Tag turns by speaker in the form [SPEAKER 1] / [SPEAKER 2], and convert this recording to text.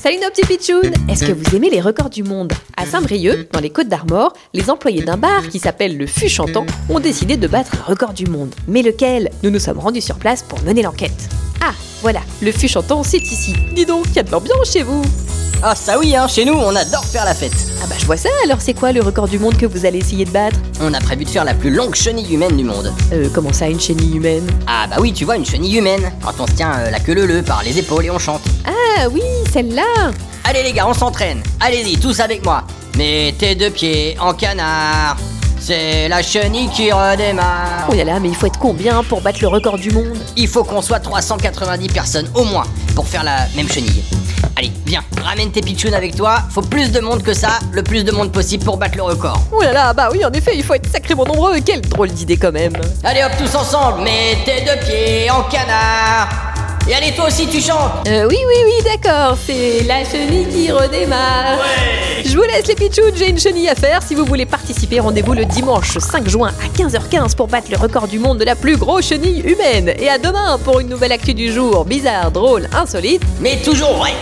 [SPEAKER 1] Salut nos petits pitchouns Est-ce que vous aimez les records du monde À Saint-Brieuc, dans les Côtes d'Armor, les employés d'un bar qui s'appelle le Fût Chantant ont décidé de battre un record du monde. Mais lequel Nous nous sommes rendus sur place pour mener l'enquête. Ah, voilà, le Fût Chantant, c'est ici. Dis donc, il y a de l'ambiance chez vous
[SPEAKER 2] Ah ça oui, hein, chez nous, on adore faire la fête.
[SPEAKER 1] Ah bah je vois ça, alors c'est quoi le record du monde que vous allez essayer de battre
[SPEAKER 2] On a prévu de faire la plus longue chenille humaine du monde.
[SPEAKER 1] Euh, comment ça, une chenille humaine
[SPEAKER 2] Ah bah oui, tu vois, une chenille humaine, quand on se tient euh, la queue leu par les épaules et on chante.
[SPEAKER 1] Ah oui, celle-là
[SPEAKER 2] Allez les gars, on s'entraîne. Allez-y, tous avec moi. Mets tes deux pieds en canard. C'est la chenille qui redémarre.
[SPEAKER 1] Oh là là, mais il faut être combien pour battre le record du monde
[SPEAKER 2] Il faut qu'on soit 390 personnes au moins pour faire la même chenille. Allez, viens, ramène tes pitchounes avec toi. Faut plus de monde que ça, le plus de monde possible pour battre le record.
[SPEAKER 1] Oh là là, bah oui, en effet, il faut être sacrément nombreux, quelle drôle d'idée quand même
[SPEAKER 2] Allez hop, tous ensemble, mets tes deux pieds en canard. Et allez, toi aussi, tu chantes.
[SPEAKER 1] Euh, oui, oui, oui, d'accord, c'est la chenille qui redémarre. Je vous laisse les pitchouns, j'ai une chenille à faire. Si vous voulez participer, rendez-vous le dimanche 5 juin à 15h15 pour battre le record du monde de la plus grosse chenille humaine. Et à demain pour une nouvelle actu du jour, bizarre, drôle, insolite.
[SPEAKER 2] Mais toujours, ouais.